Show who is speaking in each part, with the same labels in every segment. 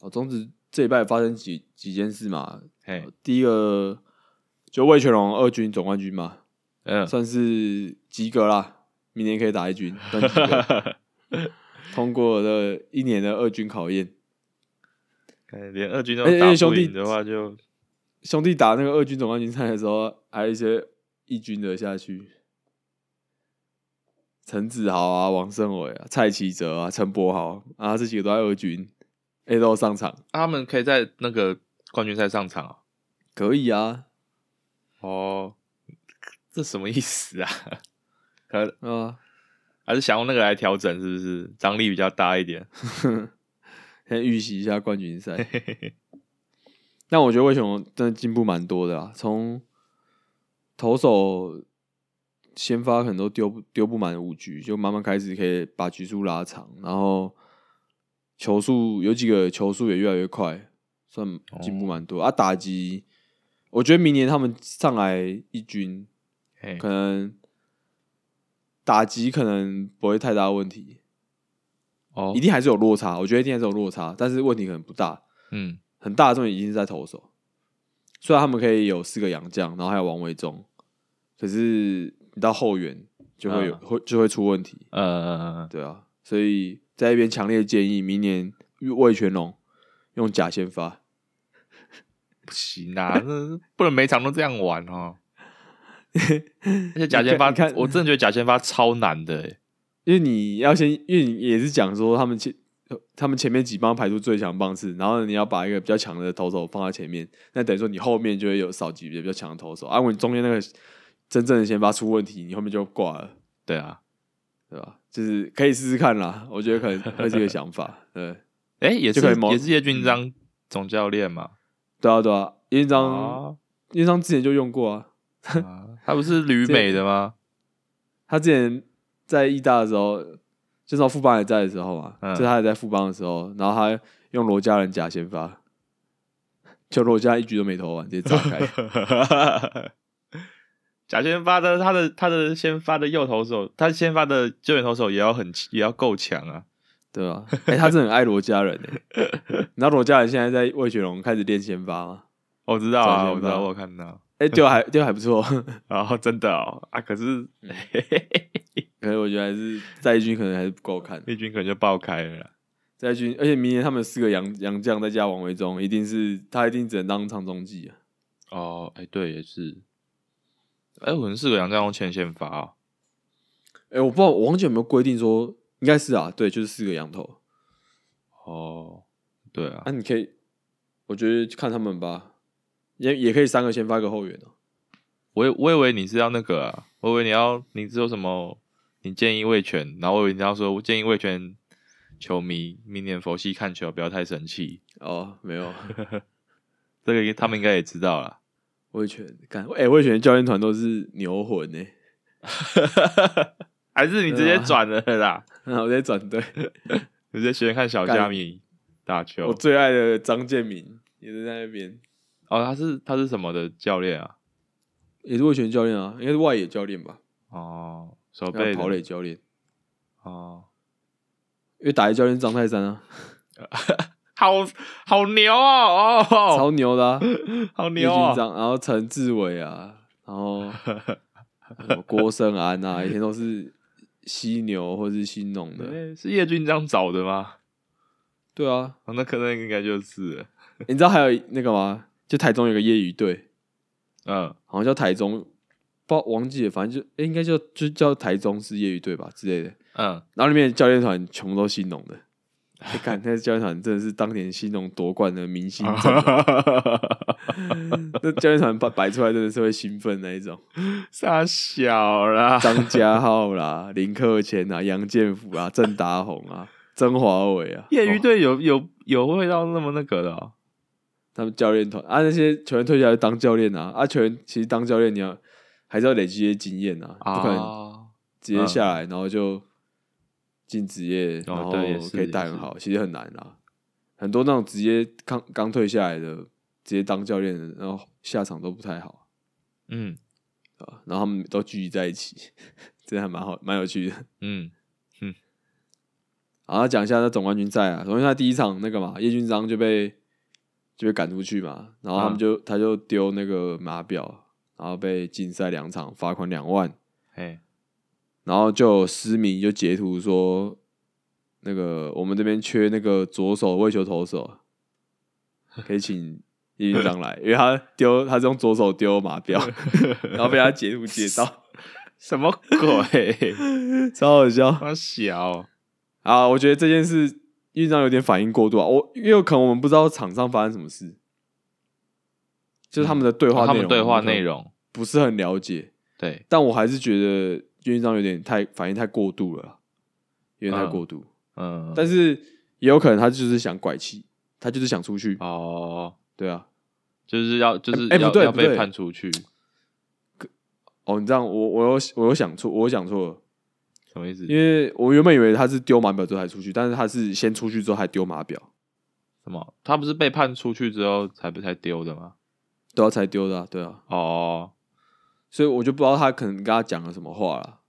Speaker 1: 哦这一拜发生几几件事嘛。
Speaker 2: 嘿，
Speaker 1: 第一个就魏全龙二军总冠军嘛，
Speaker 2: 嗯，
Speaker 1: 算是及格啦，明年可以打一军，算及格通过了一年的二军考验。
Speaker 2: 感觉连二军都
Speaker 1: 哎哎
Speaker 2: 打
Speaker 1: 兄
Speaker 2: 不
Speaker 1: 弟
Speaker 2: 赢的话就，
Speaker 1: 兄弟打那个二军总冠军赛的时候，还有一些一军的下去，陈子豪啊、王胜伟啊、蔡奇哲啊、陈柏豪啊，这几个都在二军，哎、都有上场，
Speaker 2: 他们可以在那个冠军赛上场哦。
Speaker 1: 可以啊，
Speaker 2: 哦， 这什么意思啊？ 可
Speaker 1: 啊，
Speaker 2: 还是想用那个来调整，是不是张力比较大一点？
Speaker 1: 先预习一下冠军赛。但我觉得魏雄真的进步蛮多的啊，从投手先发可能都丢不丢不满五局，就慢慢开始可以把局数拉长，然后球速有几个球速也越来越快，算进步蛮多、啊。打击，我觉得明年他们上来一军，
Speaker 2: 嘿
Speaker 1: 可能打击可能不会太大问题，
Speaker 2: 哦
Speaker 1: 一，定还是有落差，我觉得一定还是有落差，但是问题可能不大。
Speaker 2: 嗯，
Speaker 1: 很大的重点一定是在投手。虽然他们可以有四个洋将，然后还有王维忠，可是你到后援就会有、
Speaker 2: 嗯
Speaker 1: 会就会出问题，
Speaker 2: 呃，
Speaker 1: 对啊。所以在一边强烈建议，明年魏全龙用假先发，
Speaker 2: 不行啊，那不能每场都这样玩 哦。而且假先发
Speaker 1: 你看你，看
Speaker 2: 我真的觉得假先发超难的欸。
Speaker 1: 因为你要先，因为你也是讲说他们前呃他们前面几棒排出最强棒次，然后你要把一个比较强的投手放在前面，那等于说你后面就会有少几个比较强的投手，啊，如果你中间那个真正的先发出问题，你后面就挂了。
Speaker 2: 对啊，
Speaker 1: 对吧？就是可以试试看啦，我觉得可能会是一个想法。对，
Speaker 2: 哎，也是
Speaker 1: 就可以谋
Speaker 2: 也是叶军章总教练嘛。
Speaker 1: 对啊，对啊，因为张
Speaker 2: 哦
Speaker 1: 因为张之前就用过啊，
Speaker 2: 啊他不是 旅美的吗？
Speaker 1: 他之前在义大的时候，就是他富邦还在的时候嘛，
Speaker 2: 嗯
Speaker 1: 就他还在富邦的时候，然后他用罗家人假先发，就罗家一局都没投完，直接炸开。
Speaker 2: 假先发的，他的他的先发的右投手，他先发的救援投手也要很也要够强啊。
Speaker 1: 对啊，哎、他真的很爱罗家人哎、 你知道罗家人现在在魏雪龙开始练先发吗？
Speaker 2: 我知道
Speaker 1: 假先
Speaker 2: 啊，
Speaker 1: 发
Speaker 2: 我知道，我有看到。
Speaker 1: 哎、丢还丢还不错，
Speaker 2: 然后真的哦啊，可是
Speaker 1: 可是我觉得还是在一军可能还是不够看。
Speaker 2: 叶军可能就爆开了啦。
Speaker 1: 在军，而且明年他们四个洋洋将再加王维忠，一定是他一定只能当长中继啊。
Speaker 2: 哦，哎，对，也是。哎，我们四个洋将用欠先发哦。
Speaker 1: 哎、我不知道，我忘记有没有规定说，应该是啊，对，就是四个洋头。
Speaker 2: 哦，对啊
Speaker 1: 啊，，你可以，我觉得看他们吧，也也可以三个先发一个后援哦、
Speaker 2: 我以我以为你是要那个啊，我以为你要你是说什么？你建议魏权，然后我以为你要说建议魏权球迷明年佛系看球，不要太生气。
Speaker 1: 哦，没 有，
Speaker 2: 这个他们应该也知道啦。
Speaker 1: 魏权干，哎、魏权教练团都是牛混呢、
Speaker 2: 还是你直接转了啦？
Speaker 1: 然后我在转队，
Speaker 2: 你直接学看小加米打球
Speaker 1: 我。最爱的张建民也是在那边，
Speaker 2: 哦，他是他是什么的教练啊？
Speaker 1: 也是魏权教练啊，应该是外野教练吧，
Speaker 2: 哦，手
Speaker 1: 还
Speaker 2: 背
Speaker 1: 有
Speaker 2: 的
Speaker 1: 跑垒教练，
Speaker 2: 哦，
Speaker 1: 因为打击教练是张泰山啊，
Speaker 2: 好好牛哦哦，
Speaker 1: 超牛的啊。
Speaker 2: 好
Speaker 1: 叶
Speaker 2: 牛
Speaker 1: 军
Speaker 2: 哦！
Speaker 1: 章，然后陈志伟啊，然后什么郭胜安啊，以前都是犀牛或是新农的。
Speaker 2: 哎是叶军章找的吗？
Speaker 1: 对啊，
Speaker 2: 哦那可能应该就是了，
Speaker 1: 你知道还有那个吗？就台中有个业余队，
Speaker 2: 嗯，
Speaker 1: 好像叫台中，不知道忘记了，反正就、诶应该叫就叫台中市业余队吧之类的。
Speaker 2: 嗯，
Speaker 1: 然后里面的教练团全部都新农的，你看那教练团真的是当年新农夺冠的明星阵 容，那教练团摆摆出来真的是会兴奋那一种。
Speaker 2: 傻小 啦，
Speaker 1: 张家浩啦、林克谦啊、杨建福啊、郑达宏啊、曾华伟啊，
Speaker 2: 业
Speaker 1: 哦
Speaker 2: 余队有有有会到那么那个的哦，
Speaker 1: 他们教练团啊，那些球员退下来就当教练啊，啊，球员其实当教练你要还是要累积一些经验啊，不可能
Speaker 2: 啊，
Speaker 1: 直接下来、然后就进职业，然后
Speaker 2: 哦对也是
Speaker 1: 可以带很好，其实很难啦。很多那种直接刚刚退下来的，直接当教练的，然后下场都不太好
Speaker 2: 嗯
Speaker 1: 啊，然后他们都聚集在一起， 真的还蛮好，蛮有趣的。
Speaker 2: 嗯，
Speaker 1: 然后讲一下那总冠军赛啊，总冠军赛第一场那个嘛，叶军章就被就被赶出去嘛，然后他们
Speaker 2: 嗯
Speaker 1: 就、他就丢那个码表，然后被禁赛两场，罚款两万，
Speaker 2: 嘿，
Speaker 1: 然后就有市民就截图说，那个我们这边缺那个左手位球投手，可以请叶局长来，因为他丢他是用左手丢马标，然后被他截图截到，
Speaker 2: 什么鬼？
Speaker 1: 超好笑
Speaker 2: 他小，
Speaker 1: 啊！我觉得这件事叶局长有点反应过度啊，我因为有可能我们不知道场上发生什么事，就是他们的对话内容，
Speaker 2: 啊嗯他们对话
Speaker 1: 我可能
Speaker 2: 内容，
Speaker 1: 不是很了解，
Speaker 2: 对，
Speaker 1: 但我还是觉得叶局长有点太反应太过度了啊，有点太
Speaker 2: 嗯
Speaker 1: 过度。
Speaker 2: 嗯，
Speaker 1: 但是也有可能他就是想拐气，他就是想出去，
Speaker 2: 哦，
Speaker 1: 对啊。
Speaker 2: 就是要就是
Speaker 1: 哎哎
Speaker 2: 要
Speaker 1: 不对
Speaker 2: 要
Speaker 1: 不对
Speaker 2: 被判出去，
Speaker 1: 哦，你这样我我有我有想错，我有想错了，
Speaker 2: 什么意思？
Speaker 1: 因为我原本以为他是丢码表之后才出去，但是他是先出去之后还丢码表，
Speaker 2: 什么？他不是被判出去之后才不才丢的吗？
Speaker 1: 对啊才丢的、啊，对啊，
Speaker 2: 哦，
Speaker 1: 所以我就不知道他可能跟他讲了什么话了，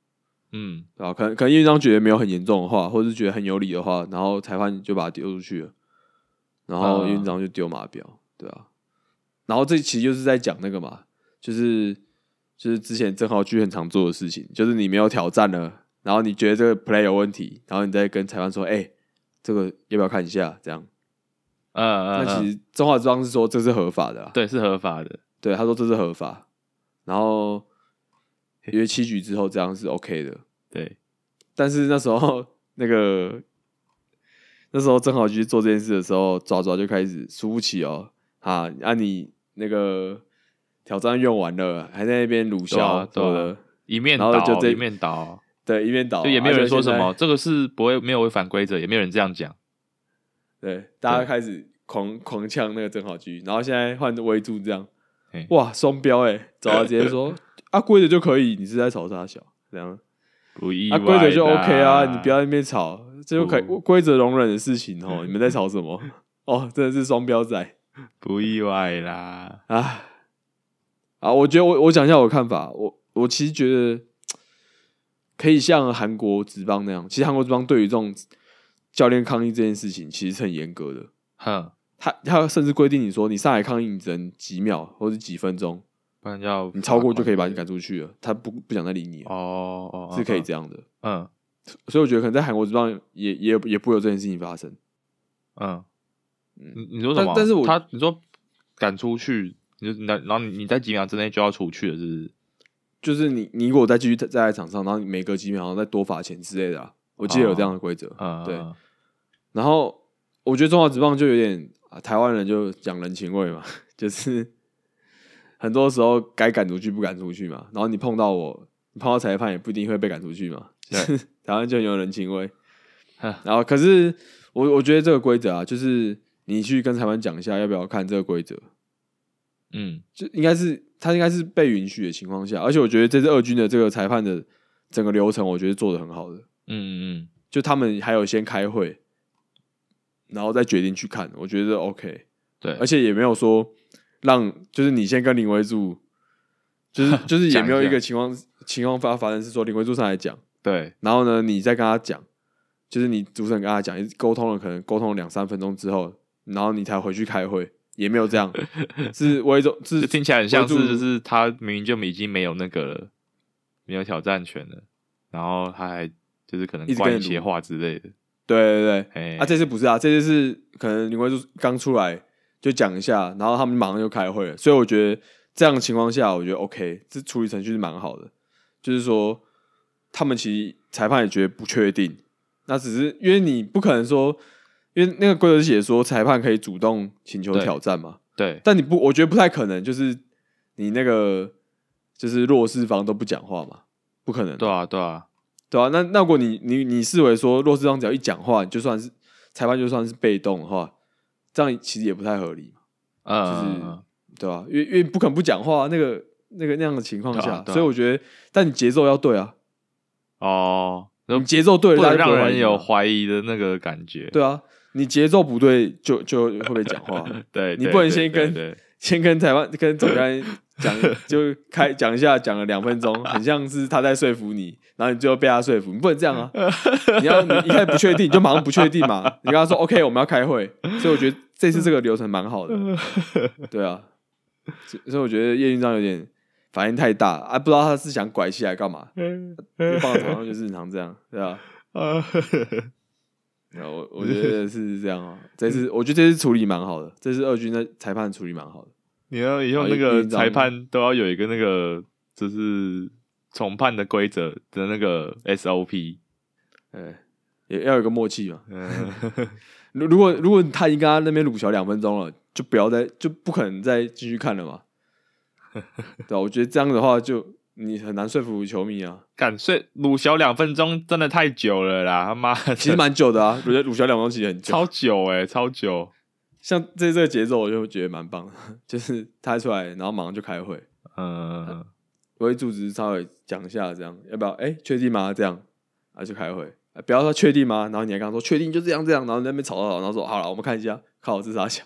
Speaker 2: 嗯，
Speaker 1: 对吧、啊可能可能因为张觉得没有很严重的话，或者是觉得很有理的话，然后裁判就把他丢出去了，然后
Speaker 2: 啊
Speaker 1: 院长就丢码表，对啊，然后这其实就是在讲那个嘛，就是就是之前郑浩居很常做的事情，就是你没有挑战了，然后你觉得这个 play 有问题，然后你再跟裁判说，哎、这个要不要看一下？这样，
Speaker 2: 嗯嗯，
Speaker 1: 那其
Speaker 2: 实
Speaker 1: 实中华之邦是说这是合法的、啊，
Speaker 2: 对是合法的，
Speaker 1: 对，他说这是合法，然后因为七局之后这样是 OK 的，
Speaker 2: 对，
Speaker 1: 但是那时候那个那时候正好去做这件事的时候，爪爪就开始输不起哦，啊啊你那个挑战用完了，还在那边鲁
Speaker 2: 对啊
Speaker 1: 笑什
Speaker 2: 对啊
Speaker 1: 么的，
Speaker 2: 一面
Speaker 1: 然后
Speaker 2: 倒啊
Speaker 1: 就这
Speaker 2: 一面倒，
Speaker 1: 对，一边倒，
Speaker 2: 就也没有
Speaker 1: 啊
Speaker 2: 人说什，么，
Speaker 1: 就
Speaker 2: 这个是不会没有违反规则，也没有人这样讲。
Speaker 1: 现在对，大家
Speaker 2: 对
Speaker 1: 开始狂狂呛那个正好居，然后现在换威助这样
Speaker 2: 嘿，
Speaker 1: 哇，双标哎、爪爪直接 说啊规则就可以，你是在吵啥小这样。
Speaker 2: 不意
Speaker 1: 啊，
Speaker 2: 外，嗯
Speaker 1: 规则就 OK 啊，你不要在那边吵，这就可以
Speaker 2: 不
Speaker 1: 规则容忍的事情
Speaker 2: 嗯
Speaker 1: 哦。你们在吵什么？ 哦，真的是双标仔
Speaker 2: 不意外啦。
Speaker 1: 啊！啊，我觉得我我讲一下我的看法，我我其实觉得可以像韩国职棒那样，其实韩国职棒对于这种教练抗议这件事情，其实是很严格的。
Speaker 2: 哼，
Speaker 1: 他他甚至规定你说你上来抗议，你只能几秒或者几分钟，
Speaker 2: 不然要
Speaker 1: 你超过就可以把
Speaker 2: 罚
Speaker 1: 你赶
Speaker 2: 款
Speaker 1: 出去了。他不不想再理你了，
Speaker 2: 哦哦，
Speaker 1: 是可以
Speaker 2: 样。
Speaker 1: 这样的。
Speaker 2: 嗯
Speaker 1: 所以我觉得可能在韩国职棒也也也不会有这件事情发生。
Speaker 2: 嗯，
Speaker 1: 嗯
Speaker 2: 你你说什
Speaker 1: 但
Speaker 2: 么？
Speaker 1: 但是我
Speaker 2: 他你说赶出去，你就你在然后你你在几秒之内就要出去了，是不是？
Speaker 1: 就是你你如果再继续在在场上，然后你每隔几秒然后再多罚钱之类的、啊，我记得有这样的规则。
Speaker 2: 嗯，
Speaker 1: 对
Speaker 2: 嗯
Speaker 1: 然后我觉得中华职棒就有点、啊、台湾人就讲人情味嘛， 就是很多时候该赶出去不赶出去嘛，然后你碰到我，你碰到裁判也不一定会被赶出去嘛，就是 台湾就很有人情味。
Speaker 2: 呵
Speaker 1: 然后可是我我觉得这个规则啊，就是你去跟裁判讲一下要不要看这个规则，
Speaker 2: 嗯
Speaker 1: 就应该是他应该是被允许的情况下，而且我觉得这次二军的这个裁判的整个流程，我觉得做的很好的，
Speaker 2: 嗯嗯
Speaker 1: 就他们还有先开会，然后再决定去看，我觉得 OK，
Speaker 2: 对，
Speaker 1: 而且也没有说让就是你先跟林维柱，就是 就是也没有一个情况情况发发生是说林维柱上来讲，
Speaker 2: 对
Speaker 1: 然后呢你再跟他讲，就是你主持人跟他讲，沟通了可能沟通了两三分钟之后，然后你才回去开会。也没有这样， 是维中是
Speaker 2: 就听起来很像是
Speaker 1: 维柱
Speaker 2: 就是他明明就已经没有那个了，没有挑战权了，然后他还就是可能
Speaker 1: 一直跟
Speaker 2: 灌
Speaker 1: 你
Speaker 2: 一些
Speaker 1: 撸
Speaker 2: 话之类的，
Speaker 1: 对对
Speaker 2: 哎
Speaker 1: 对，啊，这次不是啊，这次是可能林慧柱刚出来就讲一下，然后他们马上就开会了，所以我觉得这样的情况下，我觉得 OK，这处理程序是蛮好的，就是说他们其实裁判也觉得不确定，那只是因为你不可能说，因为那个规则是写说裁判可以主动请求
Speaker 2: 对
Speaker 1: 挑战嘛，
Speaker 2: 对
Speaker 1: 但你不，我觉得不太可能，就是你那个就是弱势方都不讲话嘛，不可能，
Speaker 2: 对啊对啊，
Speaker 1: 对啊，那那如果你你你视为说弱势方只要一讲话，你就算是裁判就算是被动的话，这样其实也不太合理嘛，
Speaker 2: 嗯
Speaker 1: 就是
Speaker 2: 嗯嗯
Speaker 1: 对吧、因为因为不肯不讲话，那个那个那样的情况
Speaker 2: 对
Speaker 1: 下，
Speaker 2: 啊对啊
Speaker 1: 所以我觉得，但你节奏要对啊，
Speaker 2: 哦，那
Speaker 1: 你节奏对
Speaker 2: 不
Speaker 1: 了，大
Speaker 2: 能
Speaker 1: 家就
Speaker 2: 让
Speaker 1: 不会怀疑
Speaker 2: 人有
Speaker 1: 嘛
Speaker 2: 怀疑的那个感觉。
Speaker 1: 对啊，你节奏不对就就会被讲话， 啊
Speaker 2: 对，
Speaker 1: 你
Speaker 2: 对
Speaker 1: 不能
Speaker 2: 对
Speaker 1: 先
Speaker 2: 对
Speaker 1: 跟
Speaker 2: 对
Speaker 1: 先跟裁判跟总教练讲就开讲一下，讲了两分钟，很像是他在说服你，然后你最后被他说服，你不能这样啊！你要你一开始不确定，你就马上不确定嘛。你跟他说 OK，我们要开会，所以我觉得这次这个流程蛮好的，对啊。所所以我觉得叶运章有点反应太大啊，不知道他是想拐起来干嘛，就放到头上就是常这样，对啊。
Speaker 2: 啊，
Speaker 1: 啊，我我觉得是这样哦、这次我觉得这次处理蛮好的，这次二军的裁判处理蛮好的。
Speaker 2: 你要以后
Speaker 1: 啊
Speaker 2: 那个
Speaker 1: 运动
Speaker 2: 裁判都要有一个那个就是重判的规则的那个 SOP。
Speaker 1: 哎，也要有个默契嘛。
Speaker 2: 嗯，
Speaker 1: 如如果如果他已经跟他那边鲁桥两分钟了，就不要再就不可能再继续看了 嘛。对啊、我觉得这样的话就你很难说服球迷 啊。
Speaker 2: 干，所以鲁小两分钟真的太久了啦，他妈的，
Speaker 1: 其实蛮久的啊，我觉得鲁桥两分钟其实很久。
Speaker 2: 超久哎、超久。
Speaker 1: 像这这个节奏，我就觉得蛮棒的， 就是他出来，然后马上就开会，
Speaker 2: 嗯，
Speaker 1: 我会组织稍微讲一下，这样要不要？哎、确定吗？这样啊，就开会。啊不要说确定吗？然后你还跟他说确定就这样这样，然后你在那边吵吵吵，然后说好了，我们看一下，靠，这是啥想？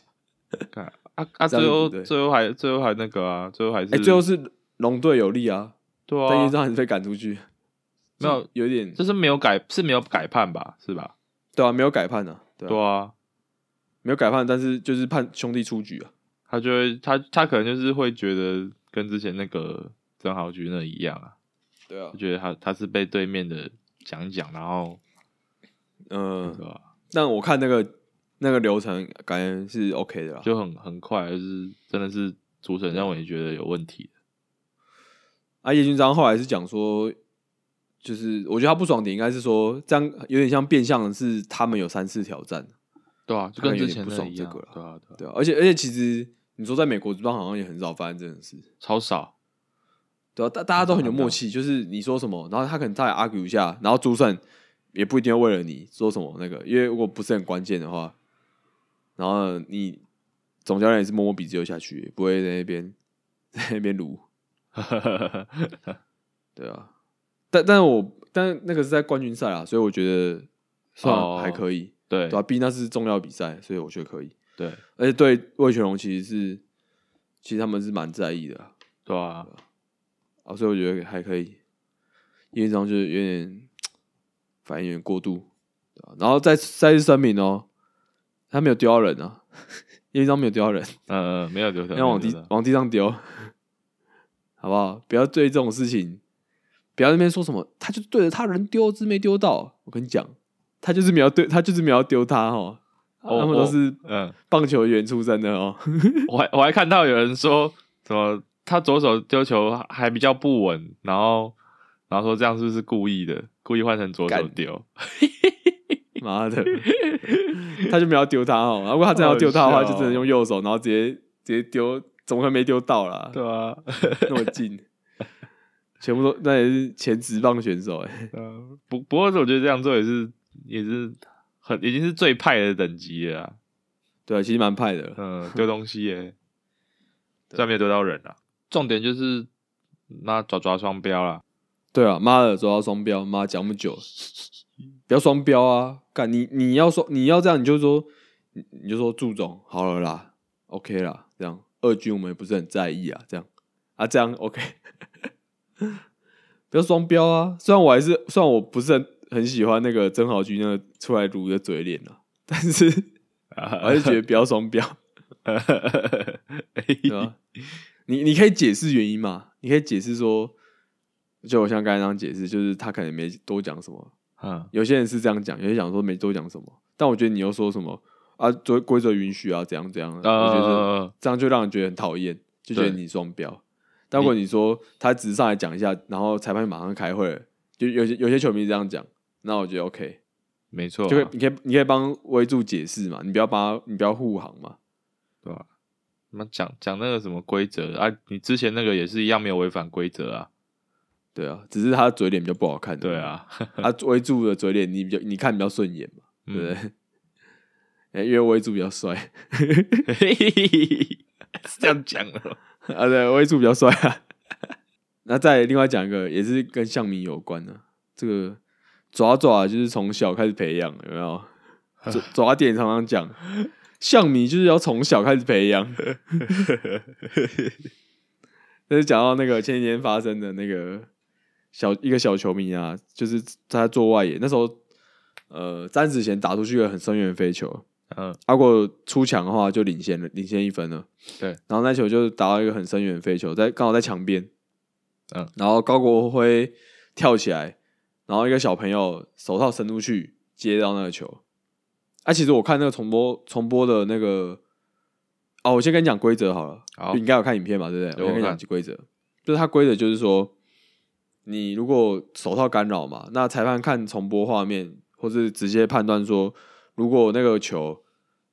Speaker 2: 干啊啊！
Speaker 1: 这样
Speaker 2: 最后
Speaker 1: 对不对
Speaker 2: 最后还最后还那个啊，最后还是
Speaker 1: 哎、最后是龙队有利啊，
Speaker 2: 对
Speaker 1: 但
Speaker 2: 啊
Speaker 1: 叶，章还是被赶出去，
Speaker 2: 没有
Speaker 1: 就有点
Speaker 2: 就是没有改是没有改判吧，是吧？
Speaker 1: 对啊，没有改判啊，对啊
Speaker 2: 对啊，
Speaker 1: 没有改判，但是就是判兄弟出局啊，
Speaker 2: 他就会他他可能就是会觉得跟之前那个曾豪菊那一样啊，
Speaker 1: 对啊
Speaker 2: 就，觉得他他是被对面的讲一讲，然后
Speaker 1: 嗯、
Speaker 2: 对吧，
Speaker 1: 但我看那个那个流程感觉是 OK 的啦，
Speaker 2: 就很很快，就是真的是主审认为觉得有问题的，
Speaker 1: 啊，叶军章后来是讲说，就是我觉得他不爽点应该是说，这样有点像变相的是他们有三次挑战，
Speaker 2: 对啊，就
Speaker 1: 他
Speaker 2: 跟
Speaker 1: 有
Speaker 2: 之
Speaker 1: 点
Speaker 2: 前
Speaker 1: 不
Speaker 2: 那
Speaker 1: 爽
Speaker 2: 一
Speaker 1: 这
Speaker 2: 样，
Speaker 1: 个啦
Speaker 2: 对啊对啊，
Speaker 1: 对啊，而且而且其实你说在美国职棒好像也很少发生这种事，
Speaker 2: 超少，
Speaker 1: 对啊，大大家都很有默契，就是你说什么，然后他可能再 argue 一下，然后主审也不一定要为了你说什么那个，因为如果不是很关键的话，然后你总教练也是摸摸鼻子就下去，也不会在那边 在那边撸，对啊，但但我但那个是在冠军赛啊，所以我觉得算
Speaker 2: 哦
Speaker 1: 还可以，
Speaker 2: 对
Speaker 1: 对吧、啊？毕竟那是重要比赛，所以我觉得可以。
Speaker 2: 对啊
Speaker 1: 而且对魏全龙其实是，其实他们是蛮在意的啊
Speaker 2: 对啊，
Speaker 1: 啊，所以我觉得还可以。叶一章就是有点反应有点过度，对吧然后再再次声明哦，他没有丢到人啊，叶一章没有丢到人，
Speaker 2: 嗯嗯，没有留下，
Speaker 1: 要往
Speaker 2: 没有
Speaker 1: 地
Speaker 2: 留下
Speaker 1: 往地上丢，好不好？不要对这种事情，不要在那边说什么，他就对着他人丢，只是没丢到。我跟你讲，他就是没有对，他就是没有丢他哦。
Speaker 2: 哦
Speaker 1: 他们都是
Speaker 2: 嗯。
Speaker 1: 棒球员出身的哦，
Speaker 2: 我还我 还看到有人说什么他左手丢球还比较不稳，然后然后说这样是不是故意的？故意换成左手
Speaker 1: 干
Speaker 2: 丢？
Speaker 1: 妈的，他就没有丢他哦。如果他真的要丢他的话，就只能用右手，然后直接直接丢，怎么可能没丢到啦？
Speaker 2: 对啊，
Speaker 1: 那么近， 全部都那也是前职棒选手哎、
Speaker 2: 嗯， 不不过我觉得这样做也是也是很已经是最派的等级了啊，
Speaker 1: 对啊，其实蛮派的。
Speaker 2: 嗯，丢东西耶，虽然没有丢到人啊，重点就是那爪爪双标啦，
Speaker 1: 对啊，妈的，走到双标，妈讲不久了，不要双标啊！干你你要说你要这样，你就说你你就说祝总好了啦，OK 啦，这样二军我们也不是很在意啊，这样啊这样 OK，不要双标啊！虽然我还是虽然我不是很很喜欢那个曾豪军那个出来撸的嘴脸啊，但是我还
Speaker 2: 哎
Speaker 1: 是觉得不要双标，
Speaker 2: 啊
Speaker 1: 对
Speaker 2: 哎
Speaker 1: 吧、你你可以解释原因嘛？你可以解释说，就我像刚才那样解释，就是他可能没多讲什么。
Speaker 2: 嗯，
Speaker 1: 有些人是这样讲，有些讲说没多讲什么，但我觉得你又说什么啊，规规则允许啊，啊怎样怎样，我觉得
Speaker 2: 呃，
Speaker 1: 这样就让人觉得很讨厌，就觉得
Speaker 2: 对
Speaker 1: 你双标。但如果你说他只是上来讲一下，然后裁判马上开会了，就有些有些球迷这样讲，那我觉得 OK，
Speaker 2: 没错啊，
Speaker 1: 就可以你可以你可以帮威助解释嘛，你不要帮他，你不要护航嘛，
Speaker 2: 对吧、那讲讲那个什么规则啊？你之前那个也是一样没有违反规则啊？
Speaker 1: 对啊，只是他的嘴脸比较不好看，
Speaker 2: 对，啊，
Speaker 1: 啊威助的嘴脸你比较你看比较顺眼嘛，对不对
Speaker 2: 嗯，？
Speaker 1: 哎 因为威助比较帅
Speaker 2: 是这样讲的吗。
Speaker 1: 啊，对，威助比较帅啊。 那再另外讲一个，也是跟象迷有关的、这个爪爪就是从小开始培养，有没有？爪爪点常常讲，象迷就是要从小开始培养。 但是讲到那个前几天发生的那个小一个小球迷啊，就是他做外野，那时候呃詹子贤打出去一个很深远的飞球，
Speaker 2: 嗯，
Speaker 1: 阿啊果出墙的话就领先了，领先一分了。
Speaker 2: 对，
Speaker 1: 然后那球就打到一个很深远的飞球，在刚好在墙边，
Speaker 2: 嗯，
Speaker 1: 然后高国辉跳起来，然后一个小朋友手套伸出去接到那个球。啊，其实我看那个重播重播的那个，哦，我先跟你讲规则好了，
Speaker 2: 好
Speaker 1: 你应该有看影片吧，对不对？
Speaker 2: 有
Speaker 1: 我先跟你
Speaker 2: 我
Speaker 1: 讲
Speaker 2: 看
Speaker 1: 规则，就是它规则就是说，你如果手套干扰嘛，那裁判看重播画面，或是直接判断说，如果那个球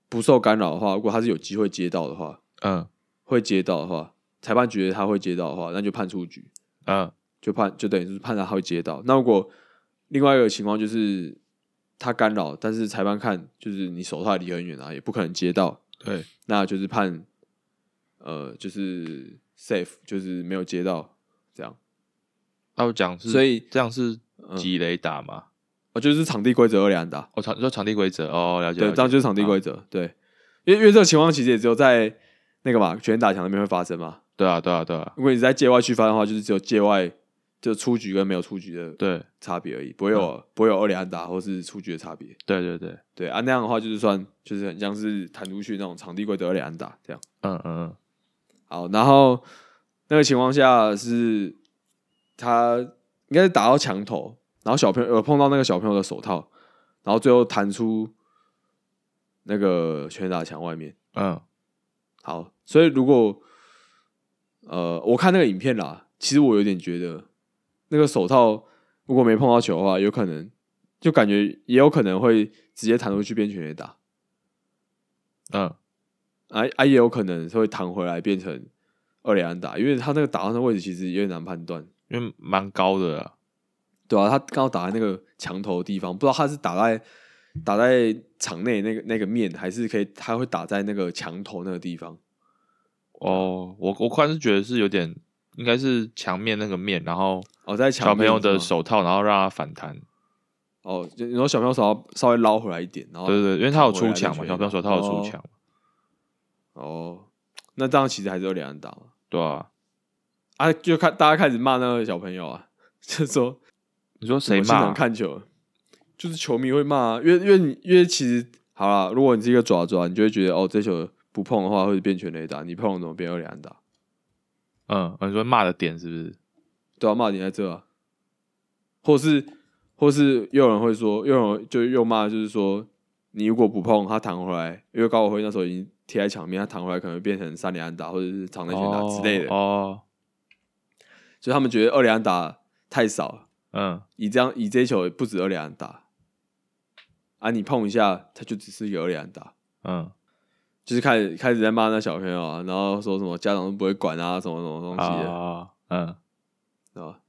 Speaker 1: 不受干扰的话，如果他是有机会接到的话，
Speaker 2: 嗯
Speaker 1: 会接到的话，裁判觉得他会接到的话，那就判出局，
Speaker 2: 嗯
Speaker 1: 就判就等于是判他会接到。那如果另外一个情况就是他干扰，但是裁判看就是你手套离很远啊，也不可能接到，
Speaker 2: 对，
Speaker 1: 那就是判呃就是 safe，就是没有接到这样。
Speaker 2: 那我讲是，
Speaker 1: 所以
Speaker 2: 这样是几雷打嘛？
Speaker 1: 哦，就是场地规则二两打，
Speaker 2: 哦，场你说场地规则哦，了解，
Speaker 1: 对，
Speaker 2: 了解
Speaker 1: 这样就是场地规则，对，因为因为这个情况其实也只有在那个嘛全打墙那边会发生嘛。
Speaker 2: 对啊对啊对啊
Speaker 1: 如果你是在界外区发的话，就是只有界外就出局跟没有出局的
Speaker 2: 对
Speaker 1: 差别而已，不会有、不会有二连安打或是出局的差别。
Speaker 2: 对对对，
Speaker 1: 对啊，那样的话就是算就是很像是弹出去那种场地规则二连安打这样。
Speaker 2: 嗯嗯
Speaker 1: 好，然后那个情况下是他应该是打到墙头，然后小朋友有碰到那个小朋友的手套，然后最后弹出那个拳打墙外面。
Speaker 2: 嗯
Speaker 1: 好，所以如果呃，我看那个影片啦，其实我有点觉得那个手套如果没碰到球的话，有可能就感觉也有可能会直接弹出去变全垒打，
Speaker 2: 嗯
Speaker 1: 啊啊，也有可能是会弹回来变成二垒安打，因为他那个打到的位置其实有点难判断，
Speaker 2: 嗯，因为蛮高的啊，
Speaker 1: 对啊，他刚好打在那个墙头的地方，不知道他是打在打在场内那个那个面，还是可以他会打在那个墙头那个地方。
Speaker 2: 哦，我我看是觉得是有点，应该是墙面那个面，然后
Speaker 1: 哦，在墙
Speaker 2: 小朋友
Speaker 1: 面是
Speaker 2: 的
Speaker 1: 吗
Speaker 2: 手套，然后让他反弹。
Speaker 1: 哦，就然后小朋友手套稍微捞回来一点，然后
Speaker 2: 对对对，因为他有
Speaker 1: 哦回
Speaker 2: 出
Speaker 1: 来
Speaker 2: 墙嘛，
Speaker 1: 就
Speaker 2: 小朋友手套有出墙，
Speaker 1: 哦，那这样其实还是有两人打嘛
Speaker 2: 对
Speaker 1: 哦
Speaker 2: 啊。
Speaker 1: 啊，就看大家开始骂那个小朋友啊， 就说
Speaker 2: 你说
Speaker 1: 我
Speaker 2: 谁
Speaker 1: 们现
Speaker 2: 骂
Speaker 1: 场？看球，就是球迷会骂、啊，因为因为你因为其实好啦，如果你是一个爪爪，你就会觉得哦，这球不碰的话会变全垒打，你碰了怎么变二两打？
Speaker 2: 嗯，哦你说骂的点是不是？
Speaker 1: 对啊，骂点在这啊，或是或是又有人会说，又有人就又骂，就是说你如果不碰他弹回来，因为高国辉那时候已经贴在墙面，他弹回来可能会变成三连安打或者是场内全打之类的，
Speaker 2: 哦，
Speaker 1: 所以他们觉得二连安打太少了，
Speaker 2: 嗯，
Speaker 1: 以这样以这一球不止二连安打，啊，你碰一下他就只是一个二连安打，
Speaker 2: 嗯，
Speaker 1: 就是开始开始在骂那小朋友啊，然后说什么家长都不会管啊，什么什么东西的，
Speaker 2: 啊，嗯，
Speaker 1: 对吧？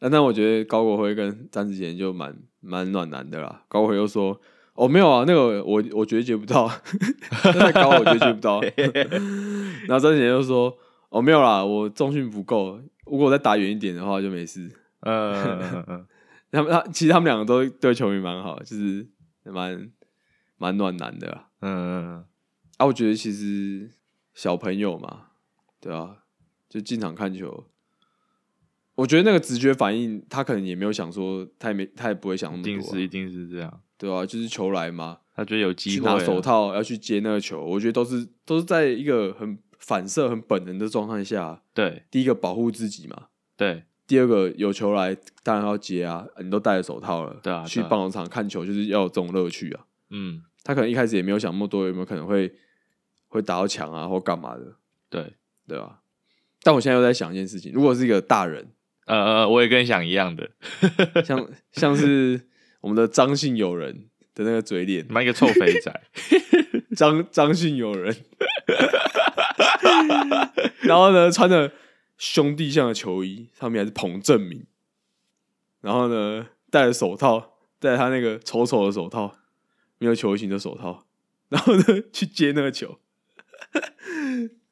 Speaker 1: 那那我觉得高国辉跟詹子贤就蛮蛮暖男的啦。高国辉又说：“哦，没有啊，那个我我觉得接不到， 那太高我觉得接不到。” 然后詹子贤又说：“哦，没有啦，我重训不够，如果我再打远一点的话就没事。
Speaker 2: 嗯嗯嗯嗯，”
Speaker 1: 他们他其实他们两个都对球迷蛮好，就是蛮蛮暖男的啦。
Speaker 2: 嗯
Speaker 1: 啊，我觉得其实小朋友嘛，对啊，就进场看球，我觉得那个直觉反应，他可能也没有想说，他也没，他也不会想那
Speaker 2: 一
Speaker 1: 么
Speaker 2: 定
Speaker 1: 多
Speaker 2: 是
Speaker 1: 啊、
Speaker 2: 一定是这样。
Speaker 1: 对啊，就是球来嘛，
Speaker 2: 他觉得有机
Speaker 1: 去
Speaker 2: 会啊
Speaker 1: 拿手，套要去接那个球，我觉得都是都是在一个很反射、很本能的状态下，
Speaker 2: 对
Speaker 1: 第一个保护自己嘛，
Speaker 2: 对
Speaker 1: 第二个有球来当然要接啊，你都戴着手套了，
Speaker 2: 对啊
Speaker 1: 去
Speaker 2: 对啊
Speaker 1: 棒球场看球就是要有这种乐趣啊。
Speaker 2: 嗯，
Speaker 1: 他可能一开始也没有想那么多，有没有可能会会打到墙啊，或干嘛的。
Speaker 2: 对，
Speaker 1: 对吧、但我现在又在想一件事情，如果是一个大人，
Speaker 2: 呃呃，我也跟你想一样 的，
Speaker 1: 像像是我们的张姓友人的那个嘴脸，
Speaker 2: 妈一个臭肥仔，
Speaker 1: 张张姓友人，然后呢穿着兄弟像的球衣，上面还是彭正明，然后呢戴着手套，戴着他那个丑丑的手套，没有球形的手套，然后呢去接那个球，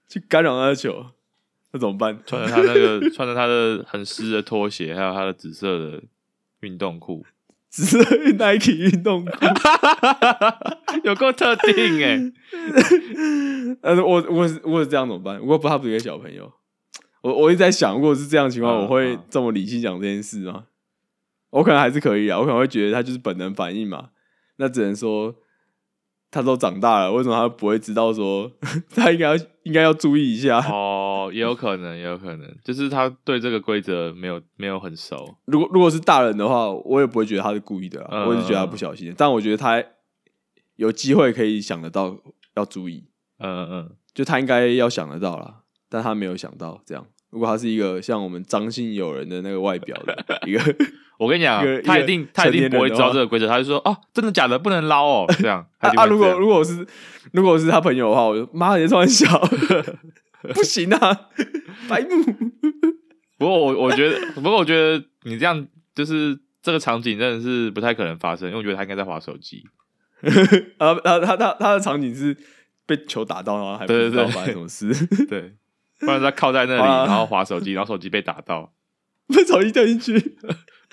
Speaker 1: 去干扰那个球，那怎么办？
Speaker 2: 穿着他那个穿着他的很湿的拖鞋，还有他的紫色的运动裤，
Speaker 1: 只是 Nike 运动裤。
Speaker 2: 有够特定 哎、
Speaker 1: 呃，我我我是这样怎么办？如果不他不是一个小朋友，我我一直在想，如果是这样的情况，
Speaker 2: 嗯
Speaker 1: 我会
Speaker 2: 嗯
Speaker 1: 这么理性讲这件事吗？我可能还是可以啊，我可能会觉得他就是本能反应嘛。那只能说，他都长大了，为什么他不会知道说 他应该要应该要注意一下？
Speaker 2: 哦，也有可能，也有可能，就是他对这个规则没有没有很熟。
Speaker 1: 如果如果是大人的话，我也不会觉得他是故意的啦，
Speaker 2: 嗯
Speaker 1: 我也是觉得他不小心的。但我觉得他有机会可以想得到要注意，
Speaker 2: 嗯嗯
Speaker 1: 就他应该要想得到啦，但他没有想到这样。如果他是一个像我们张信友人的那个外表的 一个，
Speaker 2: 我跟你讲啊
Speaker 1: 一个，
Speaker 2: 他一定他一定不会知道
Speaker 1: 一个成年人的话
Speaker 2: 这个规则，他就说哦，真的假的，不能捞哦，这样。他
Speaker 1: 啊
Speaker 2: 一定
Speaker 1: 啊！
Speaker 2: 会
Speaker 1: 如
Speaker 2: 这
Speaker 1: 果
Speaker 2: 样
Speaker 1: 如果我是如果我是他朋友的话，我就妈的，穿 小，不行 啊，白目。
Speaker 2: 不过我我觉得，不过我觉得你这样就是这个场景真的是不太可能发生，因为我觉得他应该在划手机。
Speaker 1: 啊，他他他他的场景是被球打到，然后还不
Speaker 2: 对
Speaker 1: 知
Speaker 2: 对
Speaker 1: 道
Speaker 2: 对
Speaker 1: 发生什么事，
Speaker 2: 对，不然他靠在那里，
Speaker 1: 啊
Speaker 2: 然后划手机，然后手机被打到。
Speaker 1: 被手机掉进去，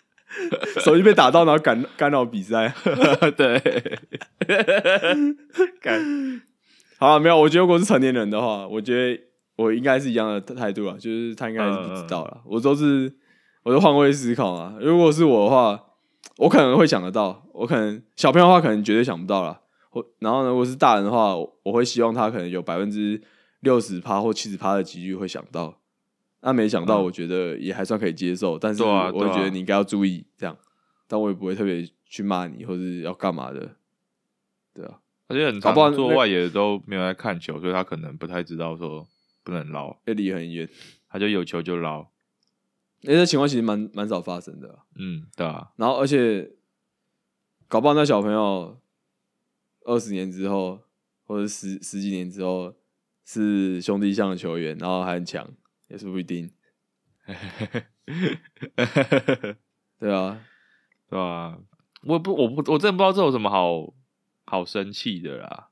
Speaker 1: 手机被打到，然后干干扰比赛。
Speaker 2: 对，干
Speaker 1: 好啊，没有，我觉得如果是成年人的话，我觉得我应该是一样的态度啊，就是他应该还是不知
Speaker 2: 嗯
Speaker 1: 道啦。我都是我都换位思考啊。如果是我的话，我可能会想得到，我可能小朋友的话可能绝对想不到啦。我然后呢，如果是大人的话，我我会希望他可能有百分之六十趴或七十趴的几率会想到。那没想到，
Speaker 2: 嗯
Speaker 1: 我觉得也还算可以接受，但是
Speaker 2: 对啊
Speaker 1: 我会
Speaker 2: 对啊
Speaker 1: 觉得你应该要注意这样，但我也不会特别去骂你或是要干嘛的，对啊。
Speaker 2: 而且很
Speaker 1: 搞不好那
Speaker 2: 常做外野都没有在看球，所以他可能不太知道说不能捞，
Speaker 1: 因为离很远，
Speaker 2: 他就有球就捞。
Speaker 1: 哎、欸，这情况其实蛮蛮少发生的啊、
Speaker 2: 嗯，对啊，
Speaker 1: 然后而且，搞不好那小朋友二十年之后，或者十十几年之后是兄弟象的球员，然后还很强，也是不一定。对啊，
Speaker 2: 对啊，我不，我不，我真的不知道这有什么好好生气的啦。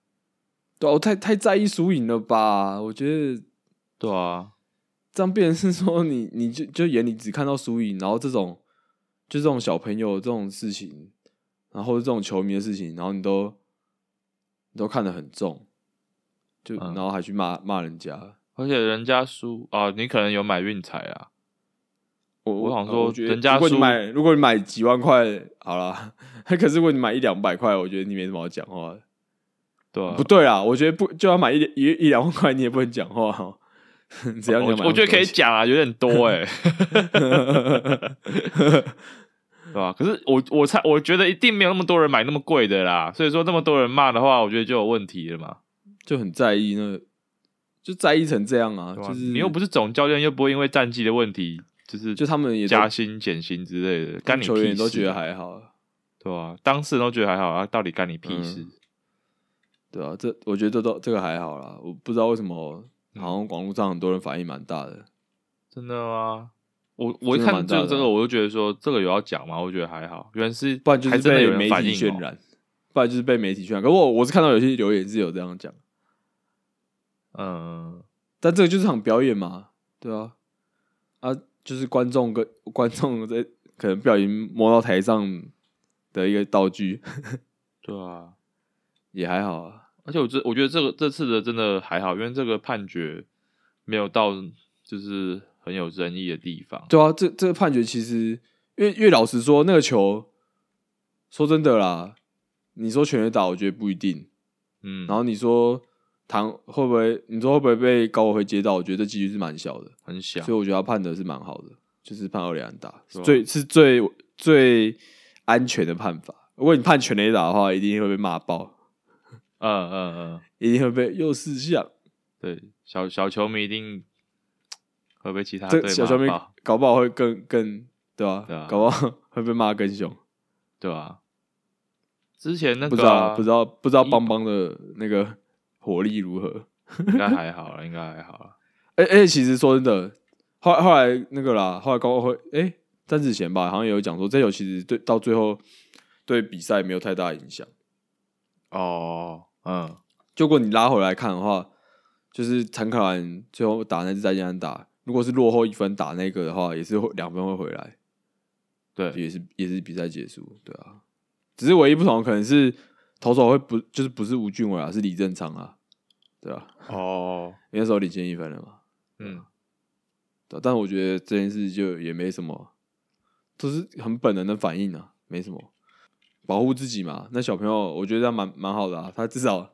Speaker 1: 对啊，我太太在意输赢了吧？我觉得
Speaker 2: 对啊，
Speaker 1: 这样变成是说你 你就就眼里只看到输赢，然后这种就这种小朋友这种事情，然后这种球迷的事情，然后你都你都看得很重，就、然
Speaker 2: 嗯
Speaker 1: 后还去骂骂人家。
Speaker 2: 而且人家输啊，你可能有买运彩啊，
Speaker 1: 我
Speaker 2: 我想
Speaker 1: 呃
Speaker 2: 说
Speaker 1: 觉得
Speaker 2: 人家
Speaker 1: 如果你
Speaker 2: 输
Speaker 1: 买如果你买几万块好啦， 可是如果你买一两百块，我觉得你没什么好讲话的。
Speaker 2: 对啊
Speaker 1: 不，对啦，我觉得不就要买一一一两万块，你也不能讲话、哦。 只要你
Speaker 2: 我
Speaker 1: 要买
Speaker 2: 我觉得可以
Speaker 1: 那么
Speaker 2: 讲啊，有点 多哎、对吧、可是我我猜，我觉得一定没有那么多人买那么贵的啦，所以说那么多人骂的话，我觉得就有问题了嘛。
Speaker 1: 多钱，就很在意那个，就在意成这样啊，
Speaker 2: 对吧
Speaker 1: 就是
Speaker 2: 你又不是总教练，又不会因为战绩的问题，就是
Speaker 1: 就他们也都
Speaker 2: 加薪减薪之类的，干你
Speaker 1: 球员
Speaker 2: 屁
Speaker 1: 也都
Speaker 2: 事。
Speaker 1: 觉得还好啊，
Speaker 2: 对啊，当事人都觉得还好啊，到底干你
Speaker 1: 嗯
Speaker 2: 屁事？
Speaker 1: 对啊，这我觉得这都这个还好啦，我不知道为什么，
Speaker 2: 嗯
Speaker 1: 好像网络上很多人反应蛮大的，
Speaker 2: 真的吗？我我
Speaker 1: 真
Speaker 2: 一
Speaker 1: 的
Speaker 2: 看
Speaker 1: 蛮大
Speaker 2: 这
Speaker 1: 的啊
Speaker 2: 个这个，我就觉得说这个有要讲吗？我觉得还好，原来是
Speaker 1: 不然就
Speaker 2: 还
Speaker 1: 是
Speaker 2: 真的
Speaker 1: 被
Speaker 2: 有
Speaker 1: 媒
Speaker 2: 人反应
Speaker 1: 体
Speaker 2: 哦
Speaker 1: 渲染，不然就是被媒体渲染。可我我是看到有些留言是有这样讲，
Speaker 2: 嗯，
Speaker 1: 但这个就是场表演嘛，对啊，啊，就是观众跟观众在可能不小心摸到台上的一个道具，
Speaker 2: 对啊。
Speaker 1: 也还好啊。
Speaker 2: 而且我这我觉得这个这次的真的还好，因为这个判决没有到就是很有争议的地方。
Speaker 1: 对啊，这这个判决其实，越越老实说，那个球，说真的啦，你说全垒打，我觉得不一定。
Speaker 2: 嗯，
Speaker 1: 然后你说唐会不会，你说会不会被高委会接到？我觉得这几率是蛮小的，
Speaker 2: 很小
Speaker 1: 所以我觉得他判的是蛮好的，就是判二垒安打，
Speaker 2: 啊是吧
Speaker 1: 最是最最安全的判法。如果你判全垒打的话，一定会被骂爆，
Speaker 2: 嗯嗯嗯，
Speaker 1: 一定会被又四项。
Speaker 2: 对，小小球迷一定会被其他队
Speaker 1: 这
Speaker 2: 啊骂
Speaker 1: 小球迷
Speaker 2: 爆
Speaker 1: 搞不好会更更对吧、
Speaker 2: 对啊
Speaker 1: 搞不好会被骂更凶。
Speaker 2: 对吧、啊之前那
Speaker 1: 不知
Speaker 2: 个、
Speaker 1: 道
Speaker 2: 啊、
Speaker 1: 不知道不知道邦邦的那个火力如何。
Speaker 2: 应该还好了，应该还好了。
Speaker 1: 哎、哎、其实说真的，后后来那个啦，后来高会哎、詹子贤吧，好像也有讲说，这球其实对到最后对比赛没有太大影响。
Speaker 2: 哦，嗯，
Speaker 1: 就如果你拉回来看的话，就是陈凯兰最后打那支再见安打，如果是落后一分打那个的话，也是会两分会回来，
Speaker 2: 对，
Speaker 1: 也是也是比赛结束，对啊。只是唯一不同可能是投手会不就是不是吴俊伟啊，是李正昌啊，对啊，
Speaker 2: 哦，
Speaker 1: 因为那时候领先一分了嘛。
Speaker 2: 嗯，
Speaker 1: 对啊但我觉得这件事就也没什么，啊都是很本能的反应啊，没什么。保护自己嘛，那小朋友我觉得这样蛮蛮好的啊，他至少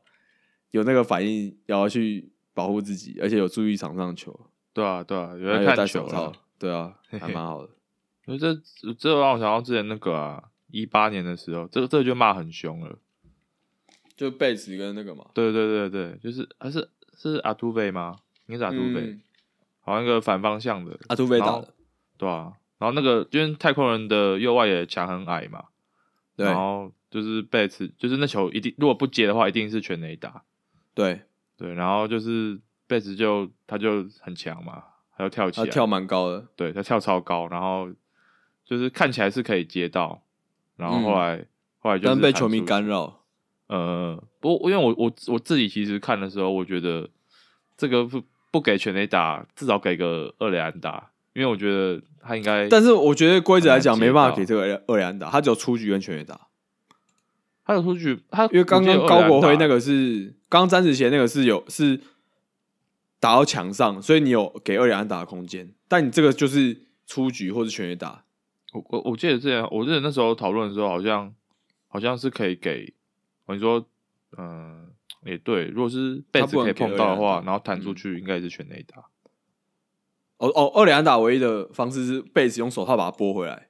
Speaker 1: 有那个反应，然后去保护自己，而且有注意场上球，
Speaker 2: 对啊，对啊，有
Speaker 1: 然后
Speaker 2: 在
Speaker 1: 有
Speaker 2: 看
Speaker 1: 戴
Speaker 2: 球
Speaker 1: 手套
Speaker 2: 了。，
Speaker 1: 对啊，
Speaker 2: 嘿
Speaker 1: 还蛮好的。
Speaker 2: 因为这这让我想到之前那个啊，一八年的时候，这这就骂很凶了。
Speaker 1: 就贝茨跟那个嘛，
Speaker 2: 对对对对，就是还是是阿杜贝吗？应该是阿杜贝，
Speaker 1: 嗯
Speaker 2: 好像一个反方向的，
Speaker 1: 阿杜贝啊打
Speaker 2: 好
Speaker 1: 的，
Speaker 2: 对啊。然后那个因为太空人的右外野墙很矮嘛，
Speaker 1: 对
Speaker 2: 然后就是贝茨，就是那球一定如果不接的话，一定是全垒打。
Speaker 1: 对，
Speaker 2: 对，然后就是贝茨就他就很强嘛，他就跳起
Speaker 1: 他
Speaker 2: 来，
Speaker 1: 啊跳蛮高的，
Speaker 2: 对他跳超高，然后就是看起来是可以接到，然后后来、后来就
Speaker 1: 嗯
Speaker 2: 是
Speaker 1: 但被
Speaker 2: 喊
Speaker 1: 球迷
Speaker 2: 出
Speaker 1: 干扰，
Speaker 2: 呃，不过因为我我我自己其实看的时候，我觉得这个不不给全垒打，至少给个二垒安打，因为我觉得他应该，
Speaker 1: 但是我觉得规则来讲
Speaker 2: 很难
Speaker 1: 没
Speaker 2: 接
Speaker 1: 办法
Speaker 2: 到
Speaker 1: 给这个二二连打，他只有出局跟全垒打，
Speaker 2: 他有出局，他
Speaker 1: 因为刚刚
Speaker 2: 我记得
Speaker 1: 高国
Speaker 2: 二垒
Speaker 1: 辉
Speaker 2: 安打
Speaker 1: 那个是刚刚詹子贤那个是有是打到墙上，所以你有给二连打的空间，但你这个就是出局或是全垒打，
Speaker 2: 我我我记得之前，我记得那时候讨论的时候，好像好像是可以给，哦你说，嗯、也对，如果是被
Speaker 1: 他
Speaker 2: 子
Speaker 1: 不能
Speaker 2: 可以
Speaker 1: 给
Speaker 2: 碰到的
Speaker 1: 二垒安，
Speaker 2: 话
Speaker 1: 打嗯
Speaker 2: 然后弹出去应该也是全垒打。
Speaker 1: 哦哦，二连打唯一的方式是贝斯用手套把它拨回来。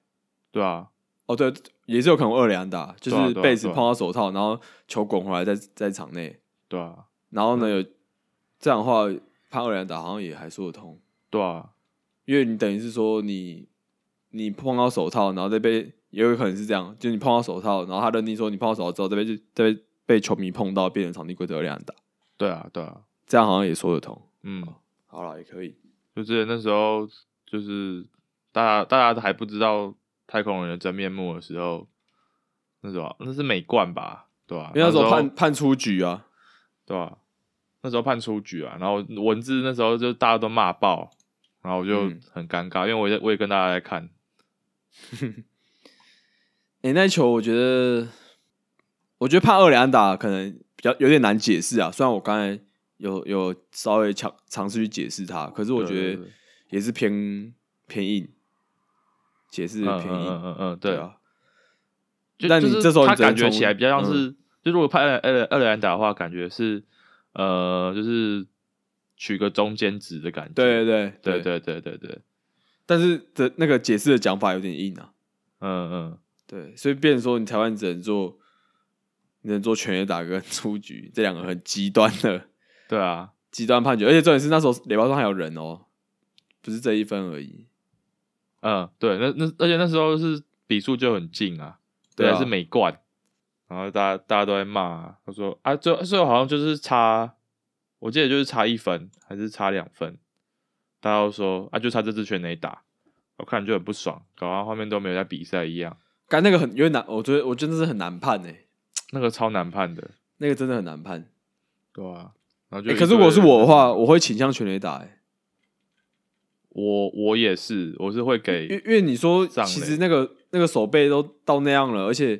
Speaker 2: 对啊，
Speaker 1: 哦，对，也是有可能二连打，就
Speaker 2: 对啊
Speaker 1: 是
Speaker 2: 对啊
Speaker 1: 贝斯
Speaker 2: 对啊
Speaker 1: 碰到手套，然后球滚回来在在场内，
Speaker 2: 对啊，
Speaker 1: 然后呢有这样的话判二连打好像也还说得通，
Speaker 2: 对啊，
Speaker 1: 因为你等于是说你你碰到手套，然后再被也有可能是这样，就你碰到手套，然后他认定说你碰到手套之后再被就再被被球迷碰到，变成场地规则二连打，
Speaker 2: 对啊，对啊，
Speaker 1: 这样好像也说得通。
Speaker 2: 嗯，
Speaker 1: 好了，也可以，
Speaker 2: 就之前那时候，就是大家大家都还不知道太空人的真面目的时候，那时候啊那是美冠吧，对啊，
Speaker 1: 因为那时候
Speaker 2: 候
Speaker 1: 判判出局啊，
Speaker 2: 对吧、那时候判出局啊，然后文字那时候就大家都骂爆，然后我就
Speaker 1: 嗯
Speaker 2: 很尴尬，因为我也我也跟大家在看，
Speaker 1: 诶、那一球我觉得，我觉得判二连打可能比较有点难解释啊。虽然我刚才有有稍微尝尝试去解释它，可是我
Speaker 2: 对
Speaker 1: 觉
Speaker 2: 对
Speaker 1: 得
Speaker 2: 对
Speaker 1: 也是偏偏硬，解释
Speaker 2: 嗯
Speaker 1: 得
Speaker 2: 嗯
Speaker 1: 偏硬。
Speaker 2: 嗯嗯嗯，
Speaker 1: 对
Speaker 2: 对，
Speaker 1: 啊，
Speaker 2: 就
Speaker 1: 但
Speaker 2: 就
Speaker 1: 你
Speaker 2: 是
Speaker 1: 这时候
Speaker 2: 他
Speaker 1: 你只能
Speaker 2: 感
Speaker 1: 从
Speaker 2: 觉
Speaker 1: 嗯
Speaker 2: 起来比较像是，就如果判二二二兰打的话，感觉是呃，就是取个中间值的感觉，
Speaker 1: 对对对
Speaker 2: 对对对对对，
Speaker 1: 但是的那个解释的讲法有点硬啊。
Speaker 2: 嗯嗯。
Speaker 1: 对，所以变成说你台湾只能做，你能做全垒打跟出局这两个很极端的
Speaker 2: 对啊，
Speaker 1: 极端判决，而且重点是那时候垒包上还有人哦，不是这一分而已。
Speaker 2: 嗯，对，那那而且那时候是比数就很近啊，
Speaker 1: 对啊
Speaker 2: 还是美冠，然后大家大家都在骂啊，他说啊，最后最后好像就是差，我记得就是差一分还是差两分，大家都说啊，就差这支全垒打，我看就很不爽，搞到后面都没有在比赛一样，
Speaker 1: 干那个很有点难，我觉得我真的是很难判诶、
Speaker 2: 那个超难判的，
Speaker 1: 那个真的很难判。
Speaker 2: 对啊，然后就、
Speaker 1: 欸可是如果是我的话，，我会倾向全垒打欸诶、
Speaker 2: 我我也是，我是会给
Speaker 1: 因为因为你说
Speaker 2: 上垒
Speaker 1: 其实那个那个手背都到那样了，而且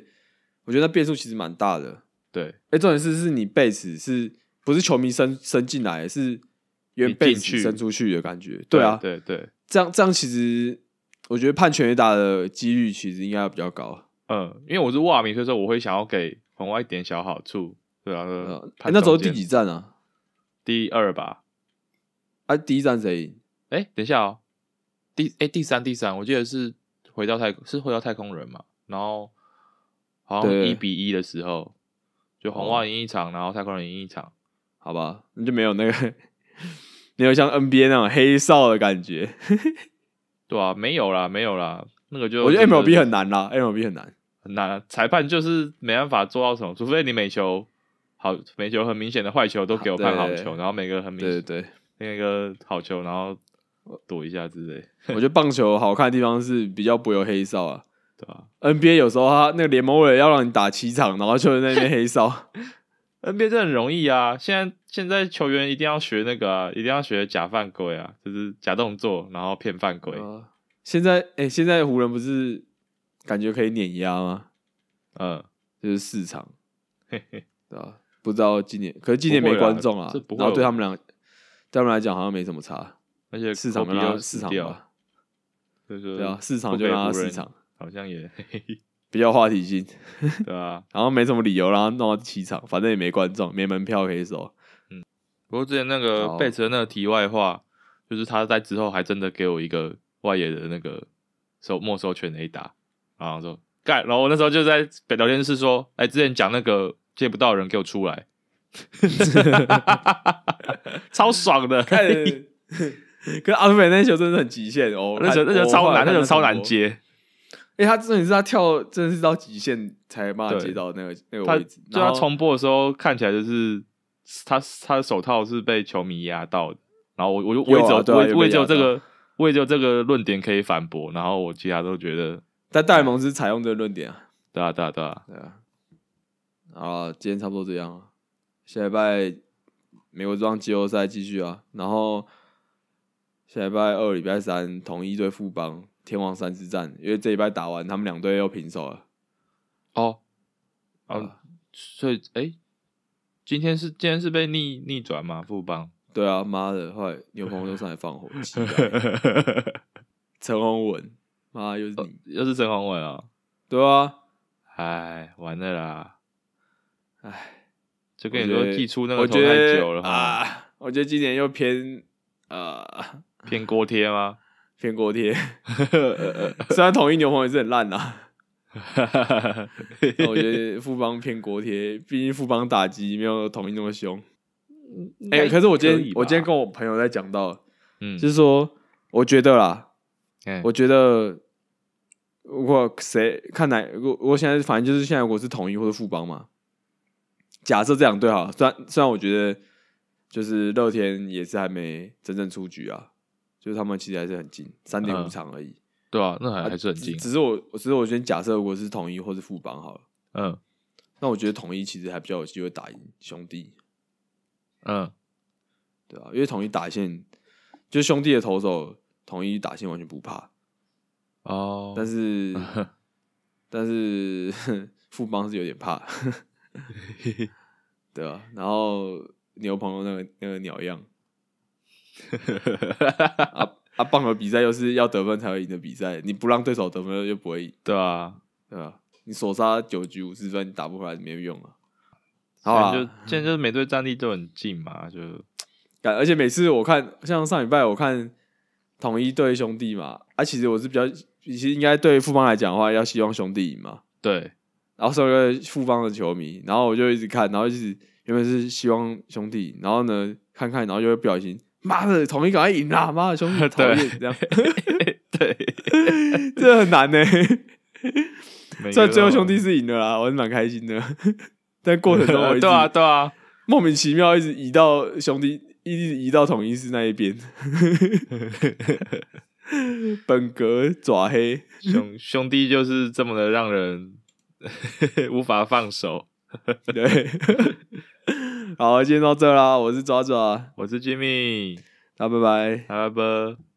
Speaker 1: 我觉得那变数其实蛮大的。
Speaker 2: 对
Speaker 1: 哎、重点是是你贝斯是不是球迷伸伸进来，是原
Speaker 2: 你
Speaker 1: 贝
Speaker 2: 进
Speaker 1: 斯
Speaker 2: 去
Speaker 1: 伸出去的感觉？对啊，
Speaker 2: 对对，
Speaker 1: 这样这样其实我觉得判全垒打的几率其实应该比较高。
Speaker 2: 嗯，因为我是袜迷，所以说我会想要给红袜一点小好处，对啊，
Speaker 1: 对啊
Speaker 2: 呃
Speaker 1: 欸
Speaker 2: 判
Speaker 1: 那时候
Speaker 2: 中间
Speaker 1: 第几站啊？
Speaker 2: 第二吧？
Speaker 1: 啊，第一站谁赢？
Speaker 2: 哎、等一下哦，第哎、第三第三，我记得是回到太是回到太空人嘛，然后好像
Speaker 1: 对哦
Speaker 2: 一比一的时候，就红袜赢一场，然后太空人赢一场，
Speaker 1: 好吧，那就没有那个 没有像 NBA 那种黑哨的感觉。
Speaker 2: 对啊，没有啦，没有啦，那个就
Speaker 1: 我觉得
Speaker 2: 真的
Speaker 1: MLB 很难啦，MLB 很难。
Speaker 2: 很难啊，裁判就是没办法做到什么，除非你每球好每球很明显的坏球都给我判好
Speaker 1: 对
Speaker 2: 球，然后每个很明
Speaker 1: 对
Speaker 2: 显
Speaker 1: 对
Speaker 2: 那个好球，然后
Speaker 1: 呃
Speaker 2: 躲一下之类，
Speaker 1: 对，我觉得棒球好看的地方是比较不会有黑哨啊。
Speaker 2: 对吧、
Speaker 1: NBA 有时候他那个联盟为了要让你打七场，然后就在那边黑哨。
Speaker 2: NBA 这很容易啊！现在现在球员一定要学那个啊，一定要学假犯规啊，就是假动作，然后骗犯规。嗯、
Speaker 1: 呃现在哎、现在湖人不是感觉可以碾压吗？
Speaker 2: 嗯
Speaker 1: 就是四场，
Speaker 2: 嘿嘿，
Speaker 1: 对吧、啊不知道今年，可是今年
Speaker 2: 不
Speaker 1: 没
Speaker 2: 会啦
Speaker 1: 观众啊
Speaker 2: 这不，会
Speaker 1: 然后对
Speaker 2: 有
Speaker 1: 他们俩，对他们来讲好像没什么差。
Speaker 2: 而且
Speaker 1: 市场就
Speaker 2: Kobe
Speaker 1: 让
Speaker 2: 又
Speaker 1: 他市
Speaker 2: 死
Speaker 1: 场
Speaker 2: 掉，
Speaker 1: 吧，
Speaker 2: 就是
Speaker 1: 对啊，市场
Speaker 2: 不
Speaker 1: 就
Speaker 2: 给
Speaker 1: 让他
Speaker 2: 湖
Speaker 1: 市
Speaker 2: 人
Speaker 1: 场，
Speaker 2: 好像也
Speaker 1: 比较话题性，
Speaker 2: 对啊。
Speaker 1: 然后没什么理由让他弄到七场，反正也没观众，没门票可以收。
Speaker 2: 不过之前那个
Speaker 1: 好
Speaker 2: 贝茨的那个题外话，就是他在之后还真的给我一个外野的那个收没收权 A 打，然后说干，然后我那时候就在聊天室说，哎、之前讲那个借不到的人给我出来， 超爽的，
Speaker 1: 看， 可是阿美那球真的很极限哦，
Speaker 2: 那球那球超难，那球超难
Speaker 1: 接。
Speaker 2: 接，
Speaker 1: 因为哎他真的是他跳，真的是到极限才把他接到那个那个
Speaker 2: 他
Speaker 1: 位置。
Speaker 2: 就
Speaker 1: 然
Speaker 2: 他
Speaker 1: 后
Speaker 2: 重播的时候看起来就是他他的手套是被球迷压到的，然后我我就我也只
Speaker 1: 有啊对啊有
Speaker 2: 我
Speaker 1: 被
Speaker 2: 我也只有
Speaker 1: 压
Speaker 2: 这
Speaker 1: 到
Speaker 2: 个我也只有这个论点可以反驳，然后我其他都觉得
Speaker 1: 但大联盟是采用这个论点啊，
Speaker 2: 对啊对啊对啊，
Speaker 1: 对啊。啊，今天差不多这样了，下礼拜美国这场季后赛继续啊，然后下礼拜二、礼拜三统一对富邦天王山之战，因为这礼拜打完他们两队又平手了，
Speaker 2: 哦，哦
Speaker 1: 啊，
Speaker 2: 所以哎、今天是今天是被逆逆转吗？富邦，
Speaker 1: 对啊，妈的，后来牛棚又上来放火，鸡 巴陈宏文，妈又是你，
Speaker 2: 啊又是陈宏伟啊、哦！
Speaker 1: 对啊，
Speaker 2: 哎，完了啦！
Speaker 1: 哎。
Speaker 2: 就跟你
Speaker 1: 我
Speaker 2: 说
Speaker 1: 觉，得
Speaker 2: 寄出那
Speaker 1: 我
Speaker 2: 个头
Speaker 1: 觉
Speaker 2: 太
Speaker 1: 得
Speaker 2: 久了哈，
Speaker 1: 啊！我觉得今年又偏呃
Speaker 2: 偏锅贴吗？
Speaker 1: 偏锅贴， 虽然统一牛棚也是很烂啦，但我觉得富邦偏锅贴，毕竟富邦打击没有统一那么凶。哎、可是我今天我今天跟我朋友在讲到，
Speaker 2: 嗯，
Speaker 1: 就是说我觉得啦，
Speaker 2: 哎
Speaker 1: 我觉得如果谁看哪，我我现在反正就是现在我是统一或者富邦嘛。假设这两队哈，虽然虽然我觉得就是乐天也是还没真正出局啊，就是他们其实还是很近，三点五
Speaker 2: 嗯
Speaker 1: 场而已。
Speaker 2: 对啊，那还
Speaker 1: 啊
Speaker 2: 还是很
Speaker 1: 只
Speaker 2: 近，
Speaker 1: 只是我，只是我先假设，如果是统一或是富邦好了，
Speaker 2: 嗯
Speaker 1: 那我觉得统一其实还比较有机会打赢兄弟，
Speaker 2: 嗯，
Speaker 1: 对啊，因为统一打线就是兄弟的投手，统一打线完全不怕，
Speaker 2: 哦，
Speaker 1: 但是 但是 富邦是有点 怕，对啊，然后牛朋友那个那个鸟样啊啊，棒球比赛又是要得分才会赢的比赛，你不让对手得分就不会赢，
Speaker 2: 对啊，
Speaker 1: 对吧、你手杀九局五十分，你打不回来没用啊。好
Speaker 2: 现
Speaker 1: 啊
Speaker 2: 在，就现在就是每队战力都很近 嘛，就
Speaker 1: 干而且每次我看，像上礼拜我看统一对兄弟嘛，啊，其实我是比较，其实应该对富邦来讲的话，要希望兄弟赢嘛。
Speaker 2: 对，
Speaker 1: 然后身为一个富邦的球迷，然后我就一直看，然后一直原本是希望兄弟，然后呢看看，然后就会不小心，妈的，统一赶快赢啦，妈的兄弟讨
Speaker 2: 对
Speaker 1: 厌这样，
Speaker 2: 对，
Speaker 1: 这很难呢、
Speaker 2: 每
Speaker 1: 虽
Speaker 2: 个
Speaker 1: 然最后
Speaker 2: 都
Speaker 1: 兄弟是赢了啦，我是蛮开心的，但过程中 我一直
Speaker 2: 对啊 对啊，
Speaker 1: 莫名其妙一直移到兄弟，一直移到统一师那一边， 本格爪黑，
Speaker 2: 兄兄弟就是这么的让人 无法放手。
Speaker 1: 对， 好，今天到这啦，我是爪爪，
Speaker 2: 我是 Jimmy，
Speaker 1: 那拜拜。
Speaker 2: 拜拜。